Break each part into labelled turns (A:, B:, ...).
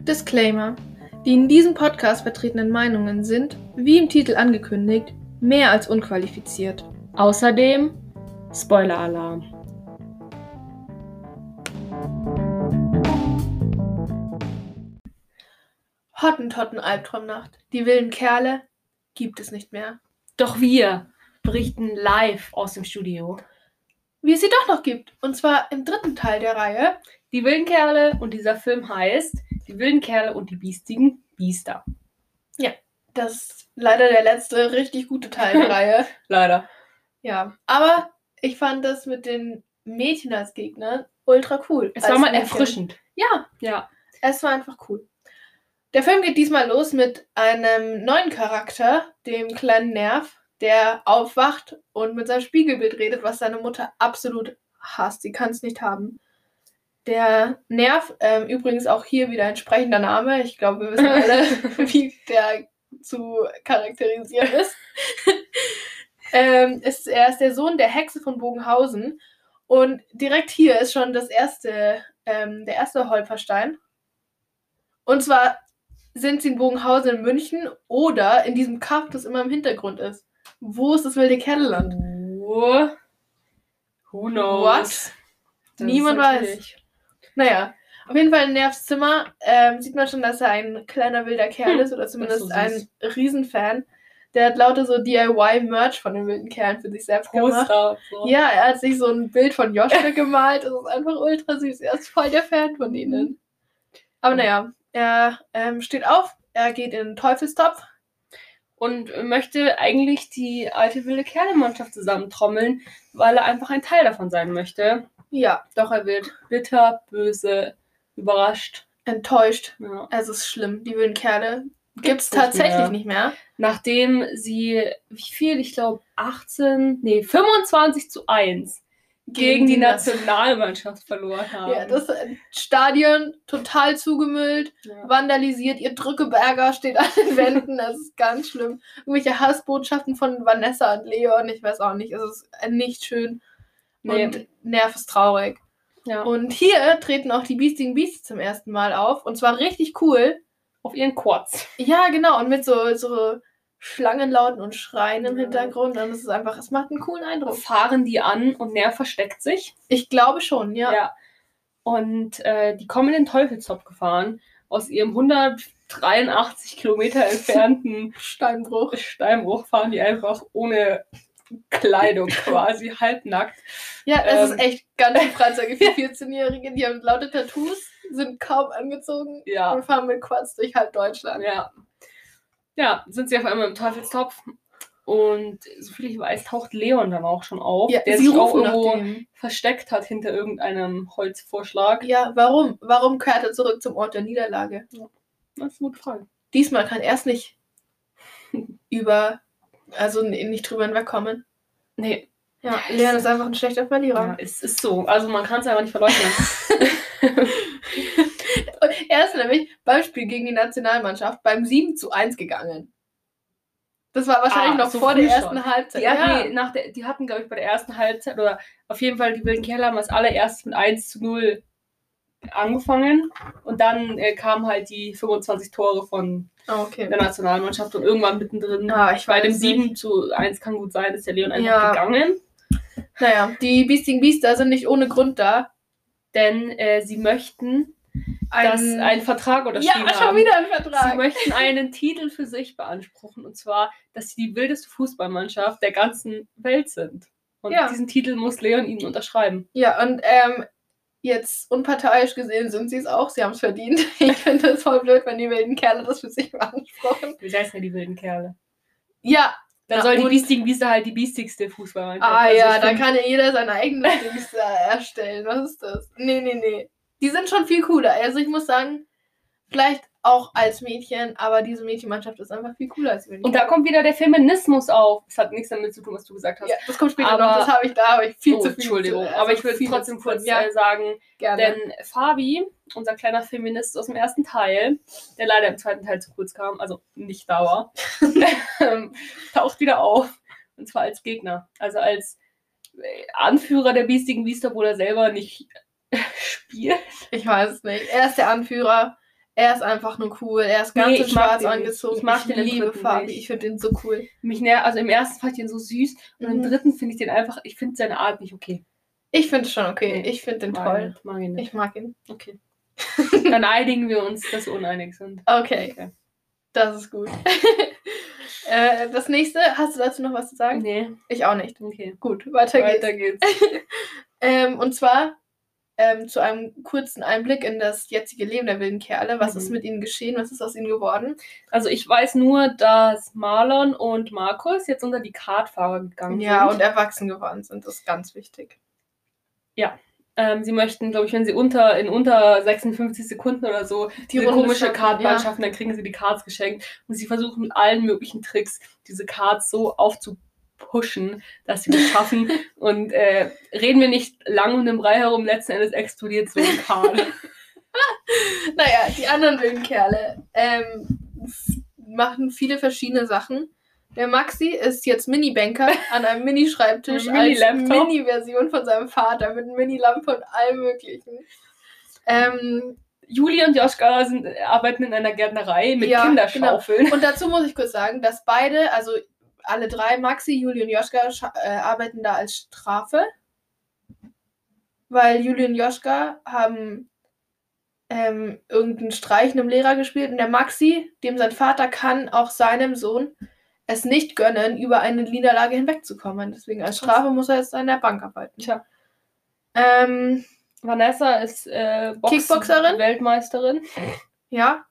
A: Disclaimer. Die in diesem Podcast vertretenen Meinungen sind, wie im Titel angekündigt, mehr als unqualifiziert.
B: Außerdem Spoiler-Alarm.
A: Hottentotten-Albtraumnacht. Die wilden Kerle gibt es nicht mehr.
B: Doch wir berichten live aus dem Studio.
A: Wie es sie doch noch gibt. Und zwar im dritten Teil der Reihe.
B: Die wilden Kerle und dieser Film heißt Die wilden Kerle und die biestigen Biester.
A: Das ist leider der letzte richtig gute Teil der Reihe.
B: Leider.
A: Ja. Aber ich fand das mit den Mädchen als Gegnern ultra cool.
B: Es
A: Als
B: war mal
A: Mädchen.
B: erfrischend.
A: Ja,
B: Ja.
A: Es war einfach cool. Der Film geht diesmal los mit einem neuen Charakter, dem kleinen Nerv, der aufwacht und mit seinem Spiegelbild redet, was seine Mutter absolut hasst. Sie kann es nicht haben. Der Nerv, ähm, übrigens auch hier wieder ein sprechender Name. Ich glaube, wir wissen alle, wie der zu charakterisieren ist. ähm, ist. Er ist der Sohn der Hexe von Bogenhausen. Und direkt hier ist schon das erste, ähm, der erste Holperstein. Und zwar sind sie in Bogenhausen in München oder in diesem Kaff, das immer im Hintergrund ist. Wo ist das wilde Kerleland?
B: Who, Oh. who knows? Das
A: Niemand
B: ist
A: weiß.
B: natürlich-
A: Naja, auf jeden Fall in Nervs Zimmer ähm, sieht man schon, dass er ein kleiner wilder Kerl
B: Hm,
A: ist oder zumindest
B: süß.
A: ein Riesenfan. Der hat lauter so DIY-Merch von den wilden Kerlen für sich selbst gemacht.
B: Poster. So.
A: Ja, er hat sich so ein Bild von Joschka gemalt. Das ist einfach ultra süß. Er ist voll der Fan
B: Mhm.
A: von ihnen. Aber naja, er ähm, steht auf, er geht in den Teufelstopf.
B: Und möchte eigentlich die alte wilde Kerle-Mannschaft zusammentrommeln, weil er einfach ein Teil davon sein möchte.
A: Ja,
B: Doch er wird bitter, böse, überrascht.
A: enttäuscht.
B: Ja.
A: Es ist schlimm. Die wilden Kerle gibt
B: Gibt's
A: es
B: nicht
A: tatsächlich
B: mehr.
A: nicht mehr.
B: Nachdem sie, wie viel, ich glaube 18, nee, 25 zu 1 gegen, die
A: Nation.
B: Nationalmannschaft verloren haben.
A: Ja, das Stadion total zugemüllt,
B: Ja.
A: vandalisiert. Ihr Drückeberger steht an den Wänden. Das ist ganz schlimm. Irgendwelche Hassbotschaften von Vanessa und Leon. Ich weiß auch nicht. Es ist äh, nicht schön.
B: Nee.
A: Und Nerv ist traurig.
B: ja.
A: Und hier treten auch die Beastigen Beasts zum ersten Mal auf. Und zwar richtig cool.
B: auf ihren Quads.
A: Ja, genau. Und mit so, so Schlangenlauten und Schreien im
B: Ja.
A: Hintergrund. Und es ist einfach, es macht einen coolen Eindruck.
B: Fahren die an und Nerv versteckt sich.
A: Ich glaube schon, ja.
B: Und äh, die kommen in den Teufelstopf gefahren aus ihrem 183 Kilometer entfernten
A: Steinbruch.
B: Steinbruch fahren die einfach ohne Kleidung quasi, halbnackt.
A: Ja, das
B: Ähm.
A: ist echt ganz schön Freizeug für 14-Jährige. Die haben laute Tattoos, sind kaum angezogen
B: Ja,
A: und fahren mit Quads durch halb Deutschland.
B: ja. Ja, sind sie auf einmal im Teufelstopf. Und soviel ich weiß, taucht Leon dann auch schon auf,
A: Ja,
B: der
A: sie
B: sich auch
A: rufen nach
B: irgendwo
A: dem.
B: versteckt hat hinter irgendeinem Holzvorschlag.
A: Ja, warum? Warum kehrt er zurück zum Ort der Niederlage?
B: Das ist eine gute Frage.
A: Diesmal kann er es nicht über, also n- nicht drüber hinwegkommen.
B: Nee,
A: Ja,
B: Ja,
A: Leon
B: es-
A: ist einfach ein schlechter Verlierer.
B: ja, es ist so. Also man kann es einfach nicht verleugnen.
A: Und er ist nämlich beim Spiel gegen die Nationalmannschaft beim 7 zu 1 gegangen. Das war wahrscheinlich
B: Ah,
A: noch
B: so
A: vor
B: früh
A: der ersten
B: schon.
A: Halbzeit.
B: Die hatten, die, nach der, die hatten, glaube ich, bei der ersten Halbzeit oder auf jeden Fall die Wilden Kerle haben als allererstes mit 1 zu 0 angefangen und dann äh, kamen halt die 25 Tore von
A: Ah,
B: der
A: okay.
B: Nationalmannschaft und irgendwann mittendrin
A: Ah, ich
B: bei
A: weiß
B: dem
A: nicht.
B: 7 zu 1 kann gut sein, ist der Leon einfach
A: Ja.
B: gegangen,
A: Naja, die Beasting Beaster sind nicht ohne Grund da.
B: denn äh, sie möchten, dass ein Vertrag
A: ja,
B: unterschrieben
A: schon
B: haben.
A: wieder ein
B: Sie
A: Vertrag.
B: möchten einen Titel für sich beanspruchen und zwar, dass sie die wildeste Fußballmannschaft der ganzen Welt sind. Und
A: Ja.
B: diesen Titel muss Leon ihnen unterschreiben.
A: Ja, und ähm, jetzt unparteiisch gesehen sind sie es auch. Sie haben es verdient. Ich finde es voll blöd, wenn die wilden Kerle das für sich beanspruchen.
B: Wie heißen ja die wilden Kerle?
A: Ja,
B: Dann
A: Ja,
B: soll die
A: und-
B: biestigen Biester halt die biestigste Fußballmannschaft.
A: ah
B: Also
A: ja,
B: ich
A: da
B: find-
A: kann ja jeder sein eigenes Dings äh, erstellen. Was ist das? Nee, nee, nee. Die sind schon viel cooler. Also ich muss sagen, vielleicht auch als Mädchen, aber diese Mädchenmannschaft ist einfach viel cooler als die wilden
B: Und da
A: Kerle.
B: kommt wieder der Feminismus auf. Das hat nichts damit zu tun, was du gesagt hast.
A: ja, das kommt später
B: Aber-
A: noch. Das habe ich da, aber ich viel
B: Oh,
A: zu viel.
B: Entschuldigung,
A: zu,
B: aber
A: also
B: ich würde
A: viel zu
B: trotzdem
A: tun.
B: kurz
A: ja,
B: äh, sagen,
A: gerne.
B: denn Fabi, unser kleiner Feminist aus dem ersten Teil, der leider im zweiten Teil zu kurz kam, also nicht da war, ähm, taucht wieder auf. Und zwar als Gegner. Also als äh, Anführer der biestigen Biester, wo er selber nicht spielt.
A: Ich weiß es nicht. Er ist der Anführer. Er ist einfach nur cool. Er ist ganz
B: Nee,
A: in
B: ich mag
A: schwarz
B: den nicht.
A: angezogen.
B: Ich mag den im
A: liebe
B: dritten
A: Fabi.
B: nicht.
A: Ich finde ihn so cool.
B: Mich näher, also im ersten fand ich den so süß und im
A: Mhm.
B: dritten finde ich den einfach, ich finde seine Art nicht okay.
A: Ich finde es schon okay.
B: Nee,
A: Ich finde den
B: Mag ihn
A: toll.
B: nicht, Mag ihn nicht.
A: Ich mag ihn.
B: Okay. Dann einigen wir uns, dass wir uneinig sind.
A: Okay.
B: Okay.
A: Das ist gut. äh, das nächste, hast du dazu noch was zu sagen?
B: Nee,
A: Ich auch nicht.
B: okay.
A: Gut, weiter,
B: Weiter
A: geht's.
B: geht's.
A: Ähm, und zwar ähm, zu einem kurzen Einblick in das jetzige Leben der wilden Kerle. Was
B: Mhm.
A: ist mit ihnen geschehen? Was ist aus ihnen geworden?
B: Also ich weiß nur, dass Marlon und Markus jetzt unter die Kartfahrer gegangen
A: Ja,
B: sind.
A: und erwachsen geworden sind. Das ist ganz wichtig.
B: ähm, sie möchten, glaube ich, wenn sie unter in unter 56 Sekunden oder so diese
A: Runde
B: komische
A: schaffen,
B: Kartbahn
A: ja.
B: schaffen, dann kriegen sie die Cards geschenkt. Und sie versuchen mit allen möglichen Tricks, diese Cards so aufzupushen, dass sie das schaffen. und äh, reden wir nicht lang um den Brei herum, letzten Endes explodiert so ein Card.
A: Naja, die anderen wilden Kerle ähm, f- machen viele verschiedene Sachen. Der Maxi ist jetzt Mini-Banker an einem Mini-Schreibtisch
B: Mit einem
A: als
B: Mini-Laptop.
A: Mini-Version von seinem Vater mit Mini-Lampe und allem Möglichen. Ähm,
B: Juli und Joschka sind, arbeiten in einer Gärtnerei mit
A: Ja, genau.
B: Kinderschaufeln.
A: und dazu muss ich kurz sagen, dass beide, also alle drei, Maxi, Juli und Joschka, scha- äh, arbeiten da als Strafe. Weil Juli und Joschka haben ähm, irgendeinen Streich einem Lehrer gespielt und der Maxi, dem sein Vater, kann auch seinem Sohn es nicht gönnen, über eine Niederlage hinwegzukommen. Deswegen als Strafe muss er jetzt an der Bank arbeiten.
B: Tja.
A: Ähm,
B: Vanessa ist äh, Box
A: Kickboxerin?
B: Weltmeisterin.
A: ja,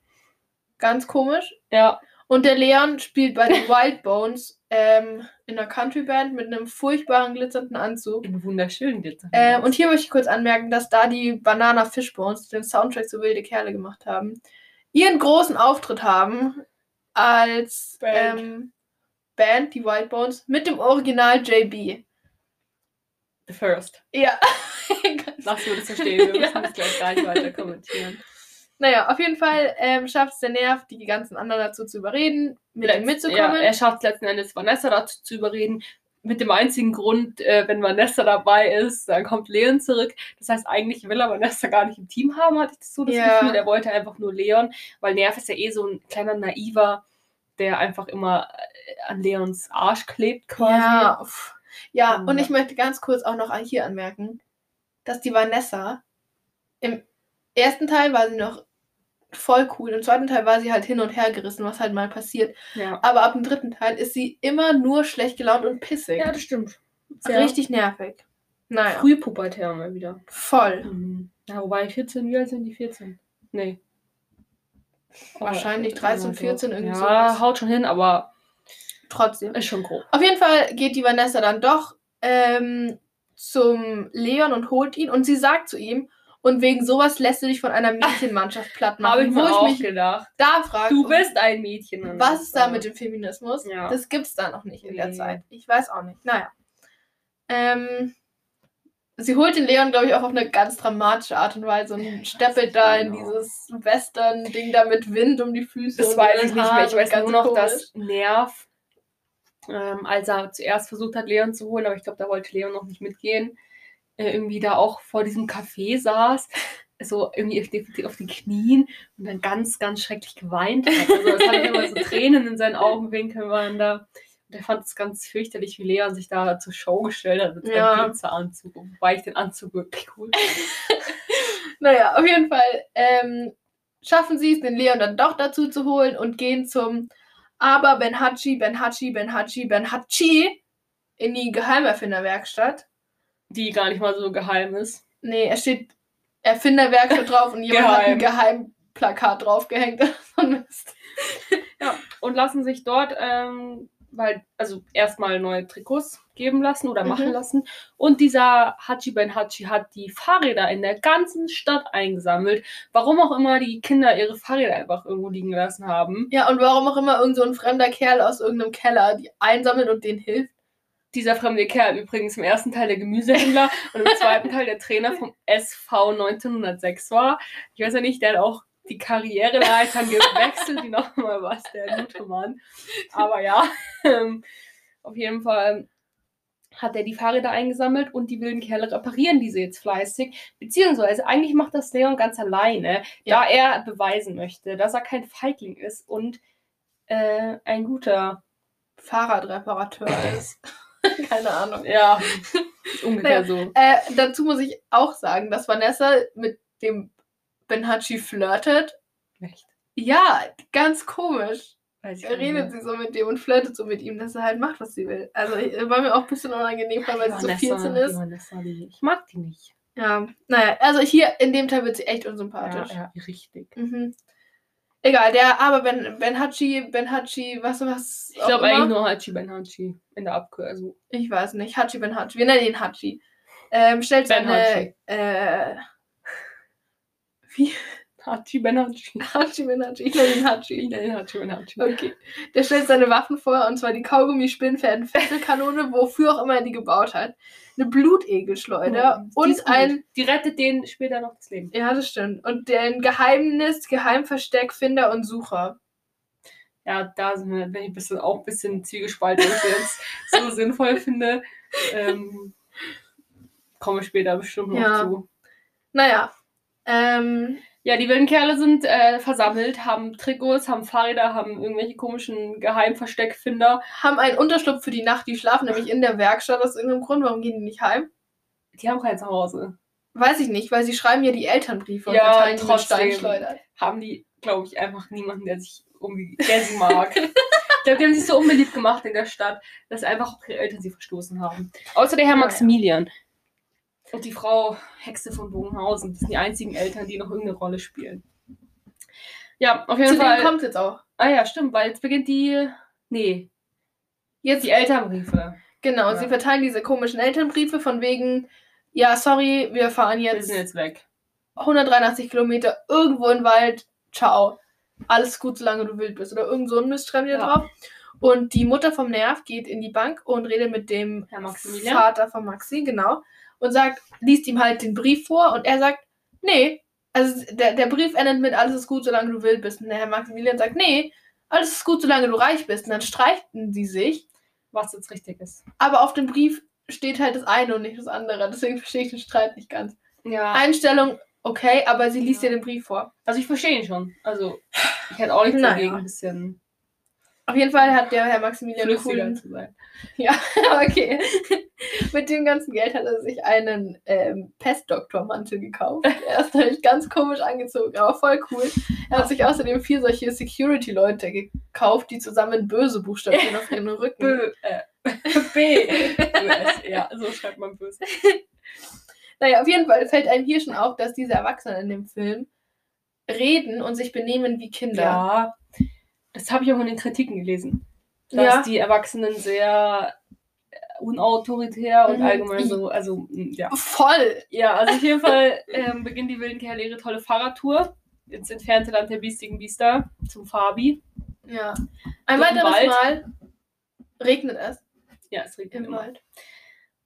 A: ganz komisch.
B: Ja,
A: Und der Leon spielt bei den Wild Bones ähm, in einer Countryband mit einem furchtbaren glitzernden Anzug.
B: in wunderschönen Glitzern.
A: Äh, und hier möchte ich kurz anmerken, dass da die Banana Fishbones den Soundtrack zu Wilde Kerle gemacht haben, ihren großen Auftritt haben als
B: Band.
A: Band, ähm, Band die Wild Bones, mit dem Original JB.
B: The First.
A: Ja.
B: Lass mir das verstehen. Wir müssen
A: Ja.
B: das gleich gar nicht weiter kommentieren.
A: naja, auf jeden Fall ähm, schafft es der Nerv, die ganzen anderen dazu zu überreden, mit ihm
B: Ja,
A: mitzukommen.
B: er schafft letzten Endes Vanessa dazu zu überreden. Mit dem einzigen Grund, äh, wenn Vanessa dabei ist, dann kommt Leon zurück. Das heißt, eigentlich will er Vanessa gar nicht im Team haben, hatte ich so das
A: Ja.
B: Gefühl. Er wollte einfach nur Leon, weil Nerv ist ja eh so ein kleiner Naiver, der einfach immer äh, an Leons Arsch klebt quasi.
A: Ja, pff. ja
B: Mhm.
A: und ich möchte ganz kurz auch noch hier anmerken, dass die Vanessa im ersten Teil war sie noch voll cool, im zweiten Teil war sie halt hin und her gerissen, was halt mal passiert.
B: ja.
A: Aber ab dem dritten Teil ist sie immer nur schlecht gelaunt und pissig.
B: Ja, das stimmt. Richtig
A: Richtig nervig. Naja,
B: Frühpubertär mal wieder.
A: voll.
B: Ähm, Ja, wobei 14, wie alt sind die 14? Nee. Oh,
A: Wahrscheinlich
B: Oder-
A: 13, 14, irgendwie
B: Ja,
A: sowas.
B: haut schon hin, aber
A: Trotzdem.
B: ist schon grob.
A: Auf jeden Fall geht die Vanessa dann doch ähm, zum Leon und holt ihn und sie sagt zu ihm, und wegen sowas lässt du dich von einer Mädchenmannschaft platt machen.
B: Habe ich mir
A: wo
B: auch
A: ich mich
B: gedacht.
A: da frage,
B: Du bist ein Mädchen. Anna.
A: was ist da mit dem Feminismus?
B: Ja.
A: Das gibt's da noch nicht in der
B: Nee.
A: Zeit. Ich weiß auch nicht. Naja. Ähm, sie holt den Leon, glaube ich, auch auf eine ganz dramatische Art und Weise und steppelt da in
B: genau.
A: dieses Western-Ding da mit Wind um die Füße.
B: Das
A: und
B: weiß ich
A: den
B: nicht
A: Haaren
B: mehr. Ich
A: und
B: weiß
A: ganz
B: nur noch,
A: komisch.
B: dass Nerv, ähm, als er zuerst versucht hat, Leon zu holen, aber ich glaube, da wollte Leon noch nicht mitgehen, äh, irgendwie da auch vor diesem Café saß, so irgendwie auf die, auf die Knien und dann ganz, ganz schrecklich geweint hat. Also es hatte immer so Tränen in seinen Augenwinkeln waren da. Und er fand es ganz fürchterlich, wie Leon sich da zur Show gestellt hat mit
A: Ja.
B: seinem Pizza-Anzug, wobei ich den Anzug wirklich cool finde.
A: Naja, auf jeden Fall ähm, schaffen sie es, den Leon dann doch dazu zu holen und gehen zum Aber Benhachi, Benhachi, Benhachi, Benhachi in die Geheimerfinderwerkstatt.
B: die gar nicht mal so geheim ist.
A: Nee, er steht Erfinderwerkstatt drauf und jemand hat ein Geheimplakat draufgehängt. So ein Mist.
B: und lassen sich dort, ähm, weil, also erstmal neue Trikots geben lassen oder machen
A: Mhm.
B: lassen. Und dieser Hachi Ben Hachi hat die Fahrräder in der ganzen Stadt eingesammelt. Warum auch immer die Kinder ihre Fahrräder einfach irgendwo liegen gelassen haben.
A: Ja, und warum auch immer irgend so ein fremder Kerl aus irgendeinem Keller die einsammelt und denen hilft.
B: Dieser fremde Kerl übrigens im ersten Teil der Gemüsehändler und im zweiten Teil der Trainer vom SV 1906 war. Ich weiß ja nicht, der hat auch die Karriereleitern gewechselt, die nochmal was, der gute Mann. Aber ja, ähm, auf jeden Fall hat er die Fahrräder eingesammelt und die wilden Kerle reparieren diese jetzt fleißig. Beziehungsweise eigentlich macht das Leon ganz alleine,
A: Ja.
B: da er beweisen möchte, dass er kein Feigling ist und äh, ein guter.
A: Fahrradreparateur ist. Keine Ahnung.
B: Ja, ist ungefähr
A: Naja.
B: so.
A: Äh, dazu muss ich auch sagen, dass Vanessa mit dem Benhachi flirtet.
B: Echt?
A: Ja, ganz komisch.
B: Weiß ich gar nicht
A: Redet
B: mehr.
A: sie so mit dem und flirtet so mit ihm, dass er halt macht, was sie will. Also ich- war mir auch ein bisschen unangenehm,
B: Die
A: weil es so
B: Vanessa,
A: 14
B: die
A: ist.
B: Vanessa, die, ich mag die nicht.
A: Ja, naja, also hier in dem Teil wird sie echt
B: Ja,
A: unsympathisch.
B: ja, richtig.
A: Mhm. Egal, der, aber Ben, Benhachi, Benhachi, was, was.
B: Ich
A: auch
B: glaube
A: immer.
B: eigentlich nur Hachi Ben Hachi in der also Abkürzung.
A: ich weiß nicht, Hachi Ben Hachi, wir nennen ihn Hachi. Ähm, stellt
B: Ben
A: seine äh,
B: Hachi Ben Hachi.
A: Hachi Ben Hachi, ich nenne ihn Hachi.
B: Nee, Hachi Ben Hachi.
A: Okay. Der stellt seine Waffen vor, und zwar die Kaugummi-Spinnfäden, Fesselkanone, wofür auch immer er die gebaut hat, eine Blutegelschleuder
B: Oh, Die ist
A: und
B: gut.
A: ein.
B: Die rettet den später noch das Leben.
A: Ja, das stimmt. Und den Geheimnis, Geheimversteck, Finder und Sucher.
B: Ja, da sind wir, bin ich ein bisschen, auch ein bisschen zwiegespalten, ob ich jetzt so sinnvoll finde. Ähm, komme später bestimmt noch
A: Ja.
B: zu.
A: Naja. Ähm,
B: Ja, die wilden Kerle sind äh, versammelt, haben Trikots, haben Fahrräder, haben irgendwelche komischen Geheimversteckfinder.
A: haben einen Unterschlupf für die Nacht, die schlafen nämlich in der Werkstatt aus irgendeinem Grund. Warum gehen die nicht heim?
B: Die haben kein Zuhause.
A: Weiß ich nicht, weil sie schreiben ja die Elternbriefe und
B: Ja,
A: verteilen die mit
B: trotzdem.
A: Steinschleudern.
B: Haben die, glaube ich, einfach niemanden, der sich um, der sie mag. ich glaube, die haben sich so unbeliebt gemacht in der Stadt, dass einfach auch ihre Eltern sie verstoßen haben. Außer der Herr
A: Ja, ja.
B: Maximilian. Und die Frau Hexe von Bogenhausen. Das sind die einzigen Eltern, die noch irgendeine Rolle spielen. Ja, auf jeden
A: Zu denen
B: Fall.
A: kommt jetzt auch.
B: ah ja, stimmt, weil jetzt beginnt die. Nee,
A: Jetzt
B: die Elternbriefe.
A: Genau,
B: Ja.
A: sie verteilen diese komischen Elternbriefe von wegen, ja, sorry, wir fahren
B: Wir
A: jetzt
B: sind jetzt weg.
A: 183 Kilometer irgendwo im Wald, ciao. Alles gut, solange du wild bist. Oder irgend so ein Mist schreiben die da
B: Ja.
A: drauf. Und die Mutter vom Nerv geht in die Bank und redet mit dem
B: Herr Maximilian.
A: Vater von Maxi, genau. Und sagt, liest ihm halt den Brief vor und er sagt, nee. Also der, der Brief endet mit, alles ist gut, solange du wild bist. Und der Herr Maximilian sagt, nee, alles ist gut, solange du reich bist. Und dann streiten sie sich.
B: Was jetzt richtig ist.
A: Aber auf dem Brief steht halt das eine und nicht das andere. Deswegen verstehe ich den Streit nicht ganz.
B: Ja.
A: Einstellung, okay, aber sie liest
B: Ja.
A: dir den Brief vor.
B: Also ich verstehe ihn schon. Also ich hätte auch nichts
A: Naja.
B: dagegen, ein bisschen
A: Auf jeden Fall hat der Herr Maximilian einen
B: flüssiger
A: coolen.
B: zu sein.
A: okay. Mit dem ganzen Geld hat er sich einen ähm, Pestdoktormantel gekauft. Er ist natürlich ganz komisch angezogen, aber voll cool. Er hat sich außerdem vier solche Security-Leute gekauft, die zusammen böse Buchstaben auf ihren Rücken.
B: Bö, äh, B. US, ja, so schreibt man böse.
A: Naja, auf jeden Fall fällt einem hier schon auf, dass diese Erwachsenen in dem Film reden und sich benehmen wie Kinder.
B: Ja, das habe ich auch in den Kritiken gelesen. Dass
A: Ja.
B: die Erwachsenen sehr äh, unautoritär und
A: Mhm.
B: allgemein so, also mh, ja.
A: Voll!
B: Ja, also auf jeden Fall ähm, beginnen die wilden Kerle ihre tolle Fahrradtour ins entfernte Land der biestigen Biester zum Fabi.
A: Ja. Ein
B: Durch den
A: weiteres
B: Wald.
A: Mal regnet es
B: Ja, es regnet
A: im
B: immer.
A: Wald.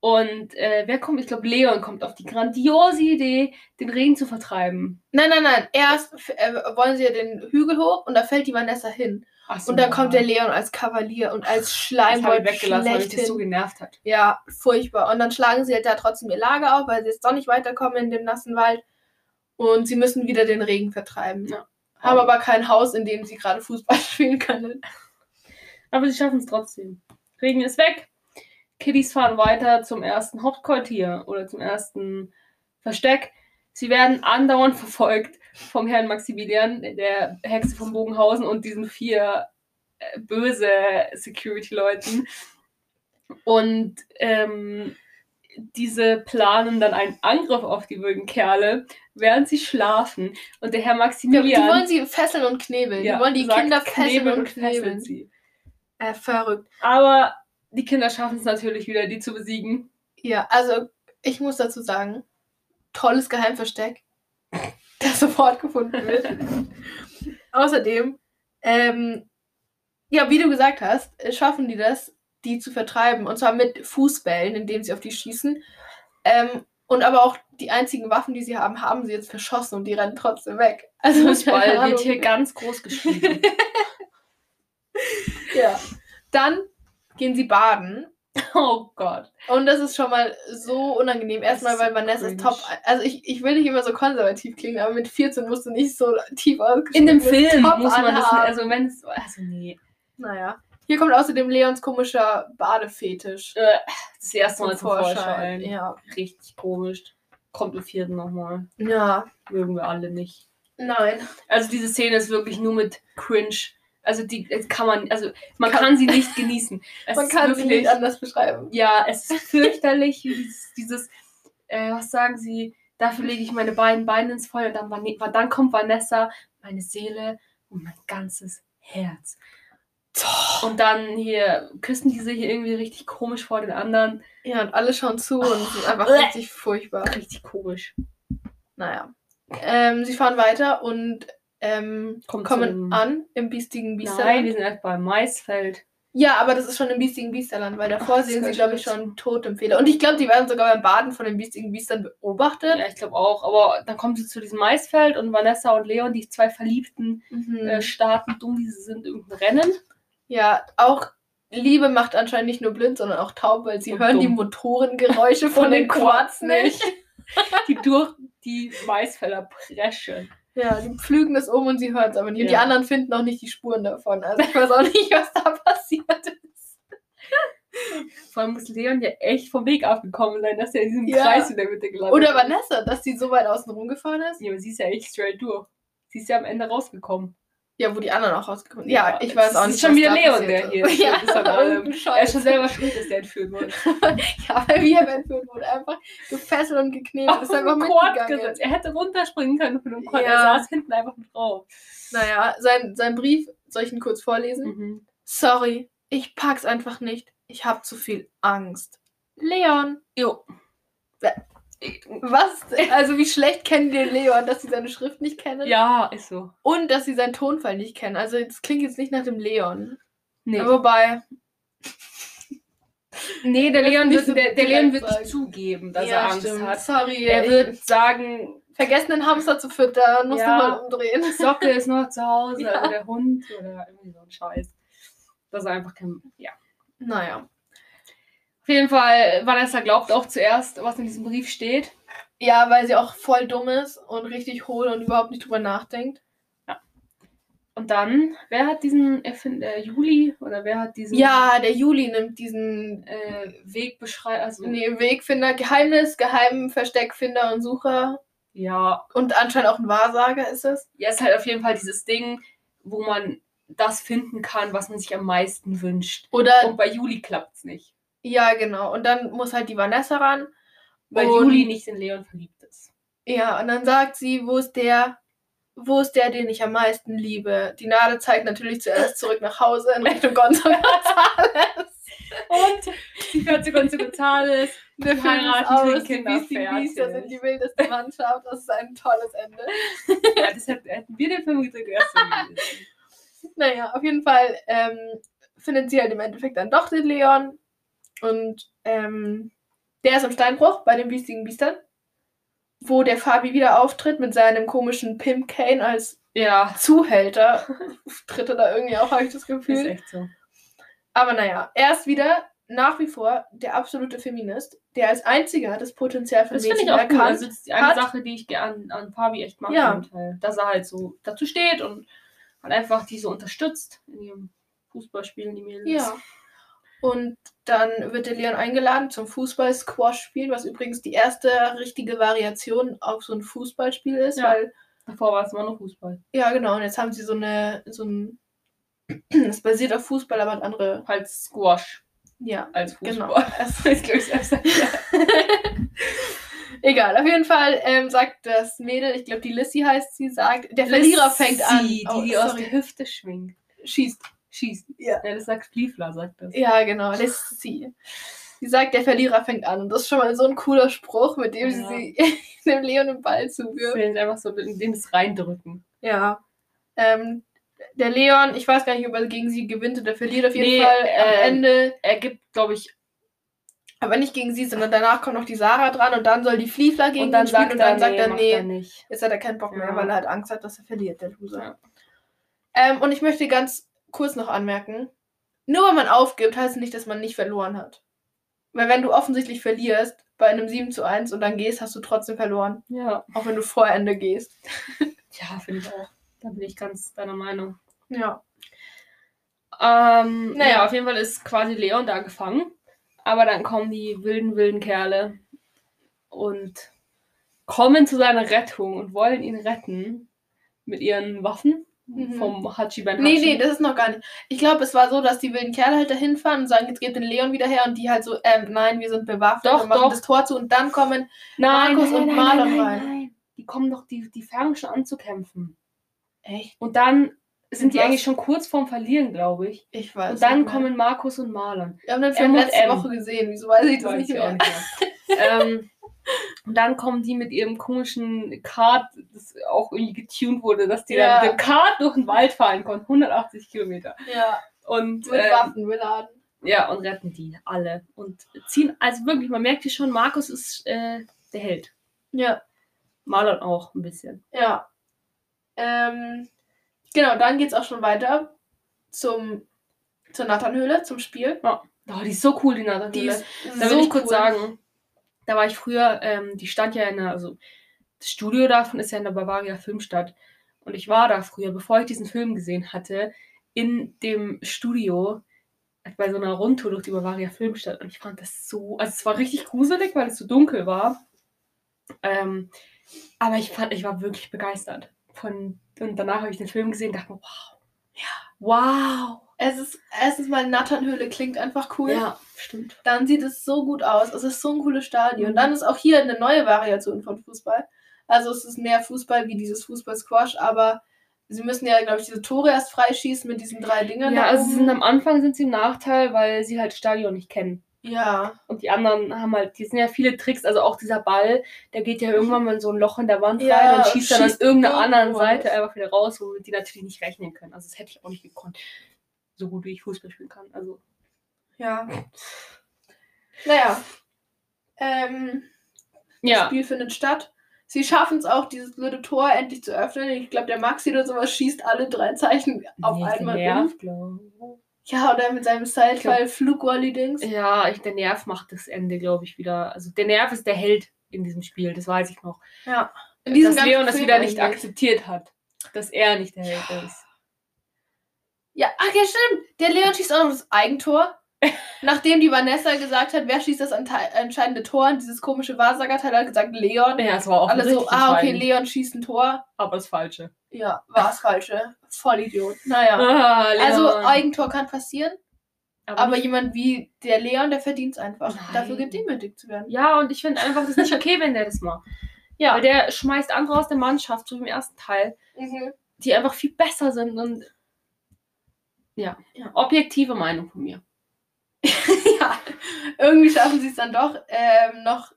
B: Und äh, wer kommt? Ich glaube, Leon kommt auf die grandiose Idee, den Regen zu vertreiben.
A: Nein, nein, nein. Erst f- äh, wollen sie ja den Hügel hoch und da fällt die Vanessa hin.
B: Ach so,
A: Und dann
B: ja.
A: kommt der Leon als Kavalier und als
B: Das habe ich
A: Schleimbold
B: weggelassen, weil mich das so
A: schlechthin.
B: genervt hat.
A: Ja, furchtbar. Und dann schlagen sie halt da trotzdem ihr Lager auf, weil sie jetzt doch nicht weiterkommen in dem nassen Wald. Und sie müssen wieder den Regen vertreiben.
B: Ja.
A: Haben aber kein Haus, in dem sie gerade Fußball spielen können.
B: Aber sie schaffen es trotzdem. Regen ist weg. Kiddies fahren weiter zum ersten Hauptquartier oder zum ersten Versteck. Sie werden andauernd verfolgt vom Herrn Maximilian, der Hexe von Bogenhausen und diesen vier äh, böse Security-Leuten. Und ähm, diese planen dann einen Angriff auf die wilden Kerle, während sie schlafen. Und der Herr
A: Die,
B: Maximilian.
A: die wollen sie fesseln und knebeln.
B: ja,
A: die wollen die
B: sagt,
A: Kinder fesseln
B: knebeln
A: und
B: fesseln
A: knebeln.
B: sie.
A: Äh, verrückt.
B: Aber die Kinder schaffen es natürlich wieder, die zu besiegen.
A: Ja, also ich muss dazu sagen, tolles Geheimversteck, das sofort gefunden wird. Außerdem, ähm, ja, wie du gesagt hast, äh, schaffen die das, die zu vertreiben. Und zwar mit Fußbällen, indem sie auf die schießen. Ähm, und aber auch die einzigen Waffen, die sie haben, haben sie jetzt verschossen und die rennen trotzdem weg. Also keine
B: Fußball
A: Ahnung.
B: wird hier ganz groß geschrieben.
A: Ja. Dann gehen sie baden
B: Oh Gott.
A: Und das ist schon mal so unangenehm. Erstmal,
B: ist
A: weil
B: so
A: Vanessa ist
B: cringe.
A: top. Also ich, ich will nicht immer so konservativ klingen, aber mit 14 musst du nicht so tief ausgeschnitten.
B: In dem
A: wirst.
B: Film
A: Top
B: muss man das.
A: anhaben.
B: Also, wenn es. Also, nee.
A: Naja. Hier kommt außerdem Leons komischer Badefetisch.
B: Äh, Das erste
A: zum
B: Mal zum Vorschein.
A: Ja.
B: Richtig komisch. Kommt im vierten nochmal.
A: Ja.
B: Mögen wir alle nicht.
A: Nein.
B: Also, diese Szene ist wirklich nur mit Cringe. Also, die das kann man. Also, man kann, sie nicht genießen. Es
A: man
B: ist
A: kann sie
B: wirklich,
A: nicht anders beschreiben.
B: Ja, es ist fürchterlich, wie dieses, dieses äh, was sagen sie, dafür lege ich meine beiden Beine ins Feuer und dann, Van dann kommt Vanessa, meine Seele und mein ganzes Herz. Und dann hier küssen die sich irgendwie richtig komisch vor den anderen.
A: Ja, und alle schauen zu und sind einfach
B: Bleh.
A: richtig furchtbar.
B: Richtig komisch.
A: Naja. Ähm, sie fahren weiter und ähm,
B: Kommt zu
A: kommen
B: einem-
A: an im biestigen
B: Nein, wir
A: Biesterland.
B: sind erst beim Maisfeld.
A: Ja, aber das ist schon im biestigen Biesterland, weil davor
B: Ach, das
A: sehen sie,
B: gehört
A: glaube ich,
B: schon
A: schon tot im Fehler. Und ich glaube, die werden sogar beim Baden von den biestigen Biestern beobachtet.
B: Ja, ich glaube auch. Aber dann kommen sie zu diesem Maisfeld und Vanessa und Leon, die zwei Verliebten,
A: Mhm.
B: äh, starten dumm, wie sie sind, irgendein Rennen.
A: Ja, auch Liebe macht anscheinend nicht nur blind, sondern auch taub, weil sie
B: Und
A: hören die
B: dumm.
A: Motorengeräusche von, den Quads nicht.
B: die durch die Maisfelder preschen.
A: Ja, die pflügen es um und sie hören es aber nicht. Und die
B: Ja.
A: anderen finden auch nicht die Spuren davon. Also ich weiß auch nicht, was da passiert ist.
B: Vor allem muss Leon ja echt vom Weg abgekommen sein, dass er in diesem
A: Ja.
B: Kreis in der Mitte gelandet
A: Oder
B: ist.
A: Vanessa, dass die so weit außen rumgefahren ist.
B: Ja, aber sie ist ja echt straight durch. Sie ist ja am Ende rausgekommen.
A: Ja, wo die anderen auch rausgekommen sind. Ja,
B: Ja,
A: ich
B: es
A: weiß auch
B: ist
A: nicht.
B: schon
A: was
B: wieder
A: da
B: Leon,
A: passiert
B: der hier
A: ist.
B: ist.
A: Ja,
B: Das ist aber ähm,
A: irgendein
B: Er ist schon
A: Scheiß.
B: selber schuld, dass der entführt wurde.
A: ja, weil wir entführt wurden. Einfach gefesselt und geknetet. Ist einfach
B: den Quad
A: mitgegangen.
B: gesetzt. Er hätte runterspringen können von dem Quad. Er
A: Ja.
B: saß hinten einfach mit drauf.
A: Naja, sein, sein Brief, soll ich ihn kurz vorlesen?
B: Mhm.
A: Sorry, ich pack's einfach nicht. Ich hab zu viel Angst. Leon.
B: Jo.
A: Was? Also wie schlecht kennen die Leon, dass sie seine Schrift nicht kennen
B: Ja, ist so.
A: und dass sie seinen Tonfall nicht kennen. Also das klingt jetzt nicht nach dem Leon.
B: Nee,
A: Wobei,
B: nee der Leon
A: nicht so
B: wird, der, der Leon
A: direkt
B: wird nicht
A: sagen.
B: zugeben, dass
A: ja,
B: er Angst
A: stimmt.
B: hat.
A: Sorry,
B: Er
A: ich-
B: wird sagen,
A: vergessen den Hamster zu füttern, musst
B: Ja.
A: du mal umdrehen.
B: Socke ist noch zu Hause oder der Hund oder irgendwie so ein Scheiß. Das ist einfach kein. Ja.
A: Naja.
B: Auf jeden Fall, Vanessa glaubt auch zuerst, was in diesem Brief steht.
A: Ja, weil sie auch voll dumm ist und richtig hohl und überhaupt nicht drüber nachdenkt.
B: Und dann, wer hat diesen Erfind äh, Juli oder wer hat diesen
A: Ja, der Juli nimmt diesen
B: äh, Wegbeschrei- Also,
A: nee, Wegfinder, Geheimnis, Geheimversteckfinder und Sucher
B: ja,
A: Und anscheinend auch ein Wahrsager ist es.
B: ja, ist halt auf jeden Fall dieses Ding, wo man das finden kann, was man sich am meisten wünscht.
A: Oder,
B: Und bei Juli klappt es nicht.
A: ja, genau. Und dann muss halt die Vanessa ran.
B: Weil
A: Und-
B: Juli nicht in Leon verliebt ist.
A: Ja, und dann sagt sie, wo ist der, wo ist der, den ich am meisten liebe? Die Nadel zeigt natürlich zuerst zurück nach Hause in Richtung Gonzalo Gonzales.
B: Und sie fährt zu Gonzales.
A: Wir filmen es
B: Heiraten,
A: aus, die
B: kriegen Kinder,
A: Beastie Beasts, das sind
B: fertig.
A: die wildeste Mannschaft. Das ist ein tolles Ende.
B: Ja, deshalb hätten wir den Film gedreht. erst wenn wir wissen.
A: Naja, auf jeden Fall ähm, findet sie halt im Endeffekt dann doch den Leon. Und ähm, der ist im Steinbruch bei den biestigen Biestern, wo der Fabi wieder auftritt mit seinem komischen Pimp Kane als
B: Ja,
A: Zuhälter. Tritt er da irgendwie auf, habe ich das
B: ist
A: Gefühl.
B: echt so.
A: Aber naja, er ist wieder nach wie vor der absolute Feminist, der als einziger das Potenzial von
B: Das finde
A: Mädchen
B: ich auch cool.
A: erkannt.
B: Also das ist die eine
A: hat-
B: Sache, die ich ge- an, an Fabi echt mag,
A: Ja.
B: im Teil. dass er halt so dazu steht und, und einfach die so unterstützt in ihrem Fußballspielen, die Mädels.
A: ja. Und dann wird der Leon eingeladen zum Fußball-Squash-Spiel, was übrigens die erste richtige Variation auf so ein Fußballspiel ist,
B: Ja.
A: weil
B: Davor war es immer nur Fußball.
A: ja genau, und jetzt haben sie so eine so ein es basiert auf Fußball, aber hat andere
B: Halt Squash
A: ja,
B: als
A: genau.
B: Fußball.
A: Es-
B: Das ist, glaub ich, selbst
A: Egal, auf jeden Fall ähm, sagt das Mädel, ich glaube die Lissy heißt sie, sagt, der Verlierer fängt an.
B: Die,
A: Oh,
B: die aus der
A: sorry.
B: Hüfte schwingt.
A: Schießt.
B: Schießt.
A: Ja.
B: ja das sagt Fliefler, sagt das.
A: Ja, genau, Lissy. Sie sagt, der Verlierer fängt an. Und das ist schon mal so ein cooler Spruch, mit dem
B: Ja.
A: sie dem Leon den Ball zuwirft.
B: Ich will jetzt einfach so in dem es reindrücken.
A: Ja. Ähm, der Leon, ich weiß gar nicht, ob er gegen sie gewinnt oder verliert auf jeden
B: Nee,
A: Fall am
B: ähm,
A: Ende.
B: Er gibt, glaube ich,
A: Aber nicht gegen sie, sondern danach kommt noch die Sarah dran und dann soll die Fliefler gegen
B: und dann
A: ihn spielen
B: sagt
A: und
B: er,
A: dann sagt
B: nee,
A: er,
B: macht
A: nee,
B: er nicht.
A: jetzt hat er keinen Bock mehr,
B: Ja.
A: weil er halt Angst hat, dass er verliert, der Loser.
B: Ja.
A: Ähm, und ich möchte ganz kurz noch anmerken, nur weil man aufgibt, heißt es nicht, dass man nicht verloren hat. Weil wenn du offensichtlich verlierst bei einem 7 zu 1 und dann gehst, hast du trotzdem verloren.
B: Ja.
A: Auch wenn du vor Ende gehst.
B: Ja, finde ich auch. Da bin ich ganz deiner Meinung.
A: Ja.
B: Ähm,
A: Naja.
B: naja, Ähm, auf jeden Fall ist quasi Leon da gefangen. Aber dann kommen die wilden, wilden Kerle und kommen zu seiner Rettung und wollen ihn retten mit ihren Waffen
A: Mhm.
B: vom Hachi Ben
A: Nee,
B: Hachi.
A: nee, das ist noch gar nicht. Ich glaube, es war so, dass die wilden Kerle halt dahin fahren und sagen, jetzt gebt den Leon wieder her und die halt so, ähm, nein, wir sind bewaffnet
B: Doch,
A: und machen
B: doch.
A: das Tor zu und dann kommen.
B: nein,
A: Markus
B: nein,
A: und
B: nein,
A: Marlon
B: nein, nein,
A: rein.
B: nein. Die kommen doch, die, die fangen schon an zu kämpfen.
A: Echt?
B: Und dann sind
A: Und
B: die
A: was?
B: eigentlich schon kurz vorm Verlieren, glaube ich.
A: Ich weiß.
B: Und dann
A: nicht mehr.
B: kommen Markus und Marlon.
A: Wir haben den Film
B: M und
A: letzte
B: M.
A: Woche gesehen. Wieso weiß ich das
B: Weiß
A: nicht
B: ich auch
A: mehr?
B: nicht mehr. ähm, und dann kommen die mit ihrem komischen Kart, das auch irgendwie getuned wurde, dass die
A: Ja.
B: dann mit dem Kart durch den Wald fahren konnten. 180 Kilometer.
A: Ja.
B: Und,
A: Mit
B: ähm,
A: Waffen beladen.
B: ja, und retten die alle. Und ziehen, also wirklich, man merkt hier schon, Markus ist äh, der Held.
A: Ja.
B: Marlon auch ein bisschen.
A: Ja. Ähm, genau, dann geht's auch schon weiter zum, zur Natternhöhle, zum Spiel.
B: Oh, die ist so cool, die ne? Nathan.
A: Die ist
B: Da
A: so
B: will ich kurz
A: cool.
B: sagen, da war ich früher, ähm, die stand ja in der, also das Studio davon ist ja in der Bavaria Filmstadt. Und ich war da früher, bevor ich diesen Film gesehen hatte, in dem Studio äh, bei so einer Rundtour durch die Bavaria Filmstadt. Und ich fand das so, also es war richtig gruselig, weil es so dunkel war. Ähm, aber ich fand, ich war wirklich begeistert. Von, und danach habe ich den Film gesehen und dachte mir, wow, ja, wow.
A: Es ist, erstens mal Natternhöhle klingt einfach cool.
B: Ja, stimmt.
A: Dann sieht es so gut aus. Es ist so ein cooles Stadion.
B: Mhm.
A: Dann ist auch hier eine neue Variation von Fußball. Also es ist mehr Fußball wie dieses Fußball-Squash, aber sie müssen ja, glaube ich, diese Tore erst freischießen mit diesen drei Dingern.
B: Ja,
A: da
B: also sie
A: oben.
B: sind am Anfang sind sie im Nachteil, weil sie halt Stadion nicht kennen.
A: ja.
B: Und die anderen haben halt, die sind ja viele Tricks, also auch dieser Ball, der geht ja irgendwann mal in so ein Loch in der Wand
A: Mhm. Ja,
B: rein und
A: und
B: schießt dann an
A: schießt
B: irgendeiner
A: irgendwo
B: anderen Seite
A: raus.
B: einfach wieder raus, womit die natürlich nicht rechnen können. Also das hätte ich auch nicht gekonnt. So gut wie ich Fußball spielen kann. Also
A: Ja. Naja. Ähm, Das
B: ja,
A: Spiel findet statt. Sie schaffen es auch, dieses blöde Tor endlich zu öffnen. Ich glaube, der Maxi oder sowas schießt alle drei Zeichen auf einmal um.
B: glaube
A: Ja, oder mit seinem Sidefall Flugwally-Dings.
B: ich. Ja, ich, der Nerv macht das Ende, glaube ich, wieder. Also der Nerv ist der Held in diesem Spiel, das weiß ich noch.
A: Ja. In diesem
B: Dass
A: ganzen
B: Leon das
A: Film
B: wieder nicht
A: eigentlich.
B: akzeptiert hat. Dass er nicht der Held ist.
A: Ja, ach ja, stimmt. Der Leon schießt auch noch das Eigentor. Nachdem die Vanessa gesagt hat, wer schießt das ante- entscheidende Tor, und dieses komische Wahrsagerteil hat gesagt, Leon.
B: Ja, es war auch
A: Alle
B: richtig
A: so, ah, okay,
B: entscheidend,
A: Leon schießt ein Tor.
B: aber das Falsche.
A: Ja, war es falsche. Vollidiot. Naja.
B: Ah,
A: Also,
B: Leon.
A: Eigentor kann passieren.
B: Aber
A: Aber jemand wie der Leon, der verdient es einfach,
B: Nein.
A: dafür gedemütigt zu werden.
B: Ja, und ich finde einfach, das ist nicht okay, wenn der das macht.
A: Ja.
B: Weil der schmeißt andere aus der Mannschaft, so wie im ersten Teil, die einfach viel besser sind und. Ja.
A: Ja.
B: Objektive Meinung von mir.
A: ja, irgendwie schaffen sie es dann doch, ähm, noch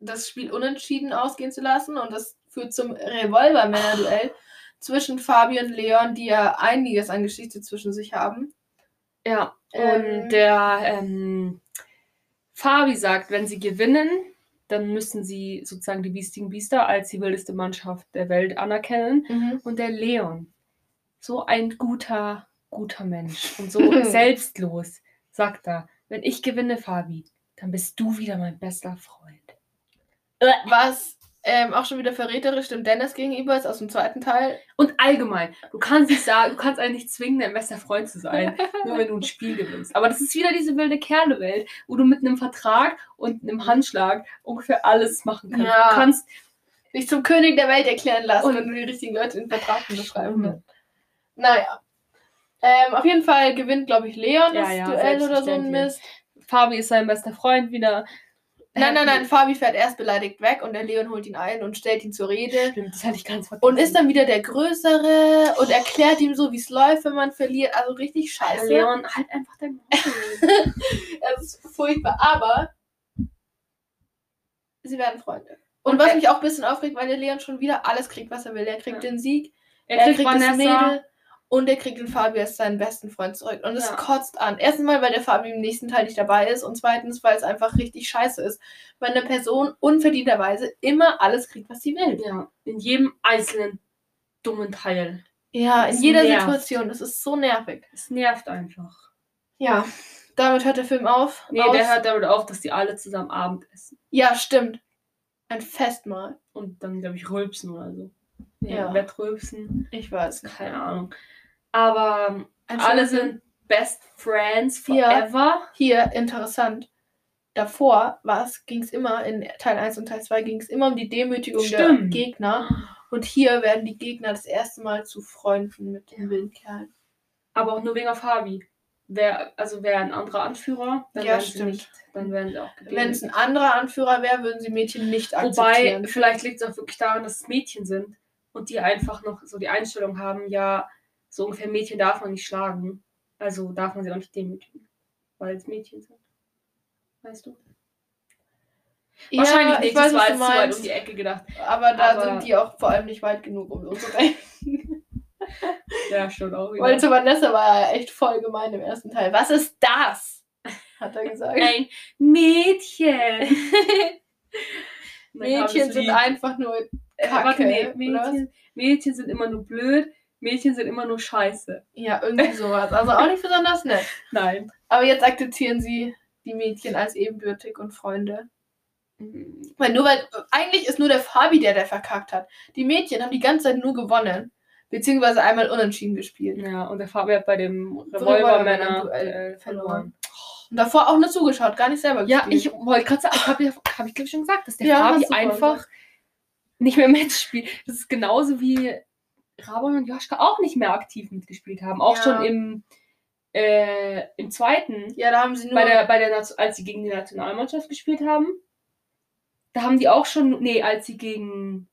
A: das Spiel unentschieden ausgehen zu lassen. Und das führt zum Revolver-Männer-Duell zwischen Fabi und Leon, die ja einiges an Geschichte zwischen sich haben.
B: Ja. Und
A: Ähm.
B: der ähm, Fabi sagt, wenn sie gewinnen, dann müssen sie sozusagen die Beastigen Biester als die wildeste Mannschaft der Welt anerkennen. Und der Leon, so ein guter, guter Mensch und so selbstlos, sagt er, wenn ich gewinne, Fabi, dann bist du wieder mein bester Freund.
A: Was ähm, auch schon wieder verräterisch dem Dennis gegenüber ist aus dem zweiten Teil.
B: Und allgemein, du kannst nicht sagen, du kannst einen nicht zwingen, dein bester Freund zu sein, nur wenn du ein Spiel gewinnst. Aber das ist wieder diese wilde Kerle-Welt, wo du mit einem Vertrag und einem Handschlag ungefähr alles machen kannst.
A: Ja.
B: Du kannst
A: Dich zum König der Welt erklären lassen
B: Und- Mhm.
A: und du die richtigen Leute in den Vertrag unterschreiben willst. Naja. Ähm, auf jeden Fall gewinnt, glaube ich, Leon
B: Ja,
A: das
B: ja,
A: Duell oder so ein
B: selbstverständlich.
A: Mist.
B: Fabi ist sein bester Freund wieder.
A: Nein, nein, nein, Fabi fährt erst beleidigt weg und der Leon holt ihn ein und stellt ihn zur Rede.
B: Stimmt, das hatte ich ganz vergessen.
A: Und ist dann wieder der Größere und erklärt ihm so, wie es läuft, wenn man verliert. Also richtig
B: Scheiße.
A: scheiße.
B: Leon, halt einfach dein Maul.
A: Das ist furchtbar. Aber sie werden Freunde. Und,
B: Und
A: was
B: er-
A: mich auch ein bisschen aufregt, weil der Leon schon wieder alles kriegt, was er will. Er kriegt
B: Ja.
A: den Sieg,
B: Er kriegt, Vanessa.
A: das Mädel und er kriegt den Fabi als seinen besten Freund zurück. Und es
B: Ja.
A: kotzt an. Erstens mal, weil der Fabi im nächsten Teil nicht dabei ist und zweitens, weil es einfach richtig scheiße ist, wenn eine Person unverdienterweise immer alles kriegt, was sie will.
B: Ja, in jedem einzelnen dummen Teil.
A: Ja, in
B: Es
A: jeder
B: nervt.
A: Situation. Das ist so nervig.
B: Es nervt einfach.
A: Ja. Damit hört der Film auf.
B: Nee,
A: aus.
B: der hört damit auf, dass die alle zusammen Abend essen.
A: ja, stimmt. Ein Festmahl.
B: Und dann, glaube ich, rülpsen oder so. Nee,
A: Ja.
B: ja. Wettrülpsen.
A: Ich weiß.
B: Keine Ahnung. Aber ähm,
A: Ein
B: alle
A: schöner Film.
B: sind best friends
A: Ja.
B: forever.
A: Hier, interessant. Davor ging es immer, in Teil 1 und Teil 2 ging es immer um die Demütigung der
B: Stimmt.
A: Gegner. Und hier werden die Gegner das erste Mal zu Freunden mit den
B: Ja.
A: wilden Kerlen.
B: Aber auch nur wegen auf Harvey. Wer, also wäre ein anderer Anführer, dann
A: Ja,
B: wären sie
A: stimmt.
B: nicht, dann wären sie auch
A: Wenn es
B: gedemütigt.
A: ein anderer Anführer wäre, würden sie Mädchen nicht akzeptieren.
B: Wobei, vielleicht liegt es auch wirklich daran, dass es Mädchen sind und die einfach noch so die Einstellung haben, ja, so ungefähr Mädchen darf man nicht schlagen. Also darf man sie auch nicht demütigen, weil es Mädchen sind. Weißt du?
A: Ja,
B: Wahrscheinlich nicht,
A: ich weiß,
B: das war
A: was du
B: jetzt zu weit um
A: meinst.
B: die Ecke gedacht.
A: Aber da
B: aber-
A: sind die auch vor allem nicht weit genug, um loszurennen.
B: Ja, stimmt auch wieder.
A: Weil zu Vanessa war er echt voll gemein im ersten Teil. Was ist das? Hat er gesagt.
B: Ein Mädchen.
A: Mädchen sind
B: ein
A: einfach nur.
B: Äh,
A: Kacke,
B: warte, nee,
A: oder
B: Mädchen, Mädchen sind immer nur blöd, Mädchen sind immer nur scheiße.
A: Ja, irgendwie sowas. Also auch nicht besonders nett.
B: Nein.
A: Aber jetzt akzeptieren sie die Mädchen als ebenbürtig und Freunde. Weil nur weil. Eigentlich ist nur der Fabi, der der verkackt hat. Die Mädchen haben die ganze Zeit nur gewonnen. Beziehungsweise einmal unentschieden gespielt.
B: Ja, und der Fabi hat bei dem
A: Revolvermänner-
B: Revolvermänner-Duell verloren.
A: Und davor auch nur zugeschaut, gar nicht selber
B: Ja,
A: gespielt.
B: ich wollte gerade sagen, habe ich, hab ich glaube ich schon gesagt, dass der
A: Ja,
B: Fabi
A: hast du
B: einfach
A: gesagt.
B: nicht mehr mitspielt. Das ist genauso wie Rabon und Joschka auch nicht mehr aktiv mitgespielt haben. Auch
A: Ja.
B: schon im, äh, im zweiten
A: Ja, da haben sie nur.
B: bei der, bei der Nation- als sie gegen die Nationalmannschaft gespielt haben, da haben die auch schon, nee, als sie gegen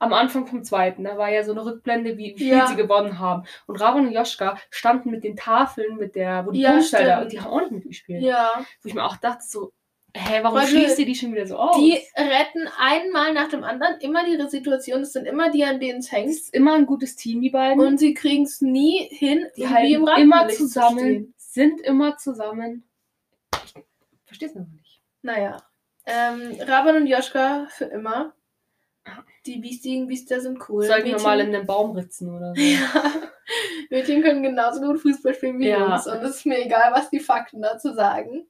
B: am Anfang vom zweiten, da war ja so eine Rückblende, wie wie viel
A: Ja.
B: sie gewonnen haben. Und Ravan und Joschka standen mit den Tafeln, mit der, wo die
A: Ja,
B: ja, da,
A: stimmt.
B: und die haben auch nicht mitgespielt.
A: ja.
B: Wo ich mir auch dachte, so, hä, warum
A: Weil die-
B: schließt ihr die schon wieder so aus?
A: Die retten einmal nach dem anderen immer die Situation. Es sind immer die, an denen es
B: es
A: hängt.
B: ist immer ein gutes Team, die beiden.
A: Und sie kriegen es nie hin,
B: die
A: irgendwie
B: halten
A: Rampenlicht
B: immer
A: zu
B: zusammen,
A: stehen.
B: sind immer zusammen. Ich verstehe es noch nicht.
A: Naja. Ähm, Raban und Joschka für immer. Die biestigen Biester sind cool.
B: Sollten wir mal in den Baum ritzen oder so.
A: ja. Mädchen können genauso gut Fußball spielen wie
B: Ja.
A: Jungs. Und es ist mir egal, was die Fakten dazu sagen.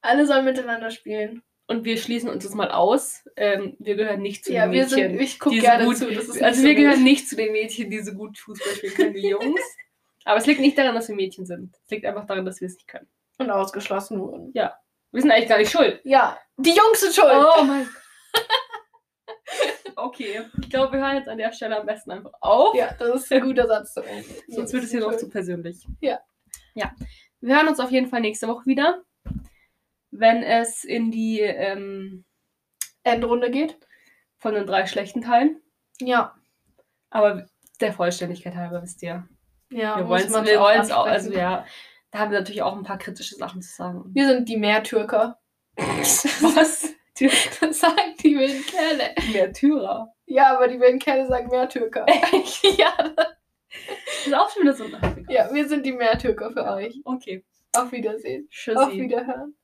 A: Alle sollen miteinander spielen.
B: und wir schließen uns das mal aus. Ähm, wir gehören nicht zu
A: ja,
B: den
A: wir
B: Mädchen.
A: sind. Ich gucke
B: Die sind
A: gerne
B: gut.
A: zu. Das ist nicht
B: also wir
A: so gut.
B: gehören nicht zu den Mädchen, die so gut Fußball spielen können wie Jungs. Aber es liegt nicht daran, dass wir Mädchen sind. Es liegt einfach daran, dass wir es nicht können.
A: und ausgeschlossen wurden.
B: Wir sind eigentlich gar nicht schuld.
A: Ja, die Jungs sind schuld.
B: mein Gott. okay. Ich glaube, wir hören jetzt an der Stelle am besten einfach auf.
A: Ja, das ist ein guter Satz zum Ende.
B: Sonst wird es hier noch zu persönlich.
A: Ja.
B: Ja. Wir hören uns auf jeden Fall nächste Woche wieder. Wenn es in die ähm,
A: Endrunde geht.
B: von den drei schlechten Teilen.
A: Ja.
B: Aber der Vollständigkeit halber, wisst ihr.
A: Ja,
B: Wir
A: muss
B: wollen es
A: man's
B: wir
A: auch
B: wollen's auch. Also
A: ansprechen.
B: ja, da haben wir natürlich auch ein paar kritische Sachen zu sagen.
A: Wir sind die Meertürker.
B: Was? Die
A: Das sagen die wilden Kerle.
B: Märtyrer.
A: Ja, aber die wilden Kerle sagen Meertürker.
B: ja. Das ist auch schon wieder so ein Ach, egal.
A: ja, wir sind die Meertürker für euch.
B: Okay.
A: Auf Wiedersehen.
B: Tschüssi.
A: Auf Wiederhören.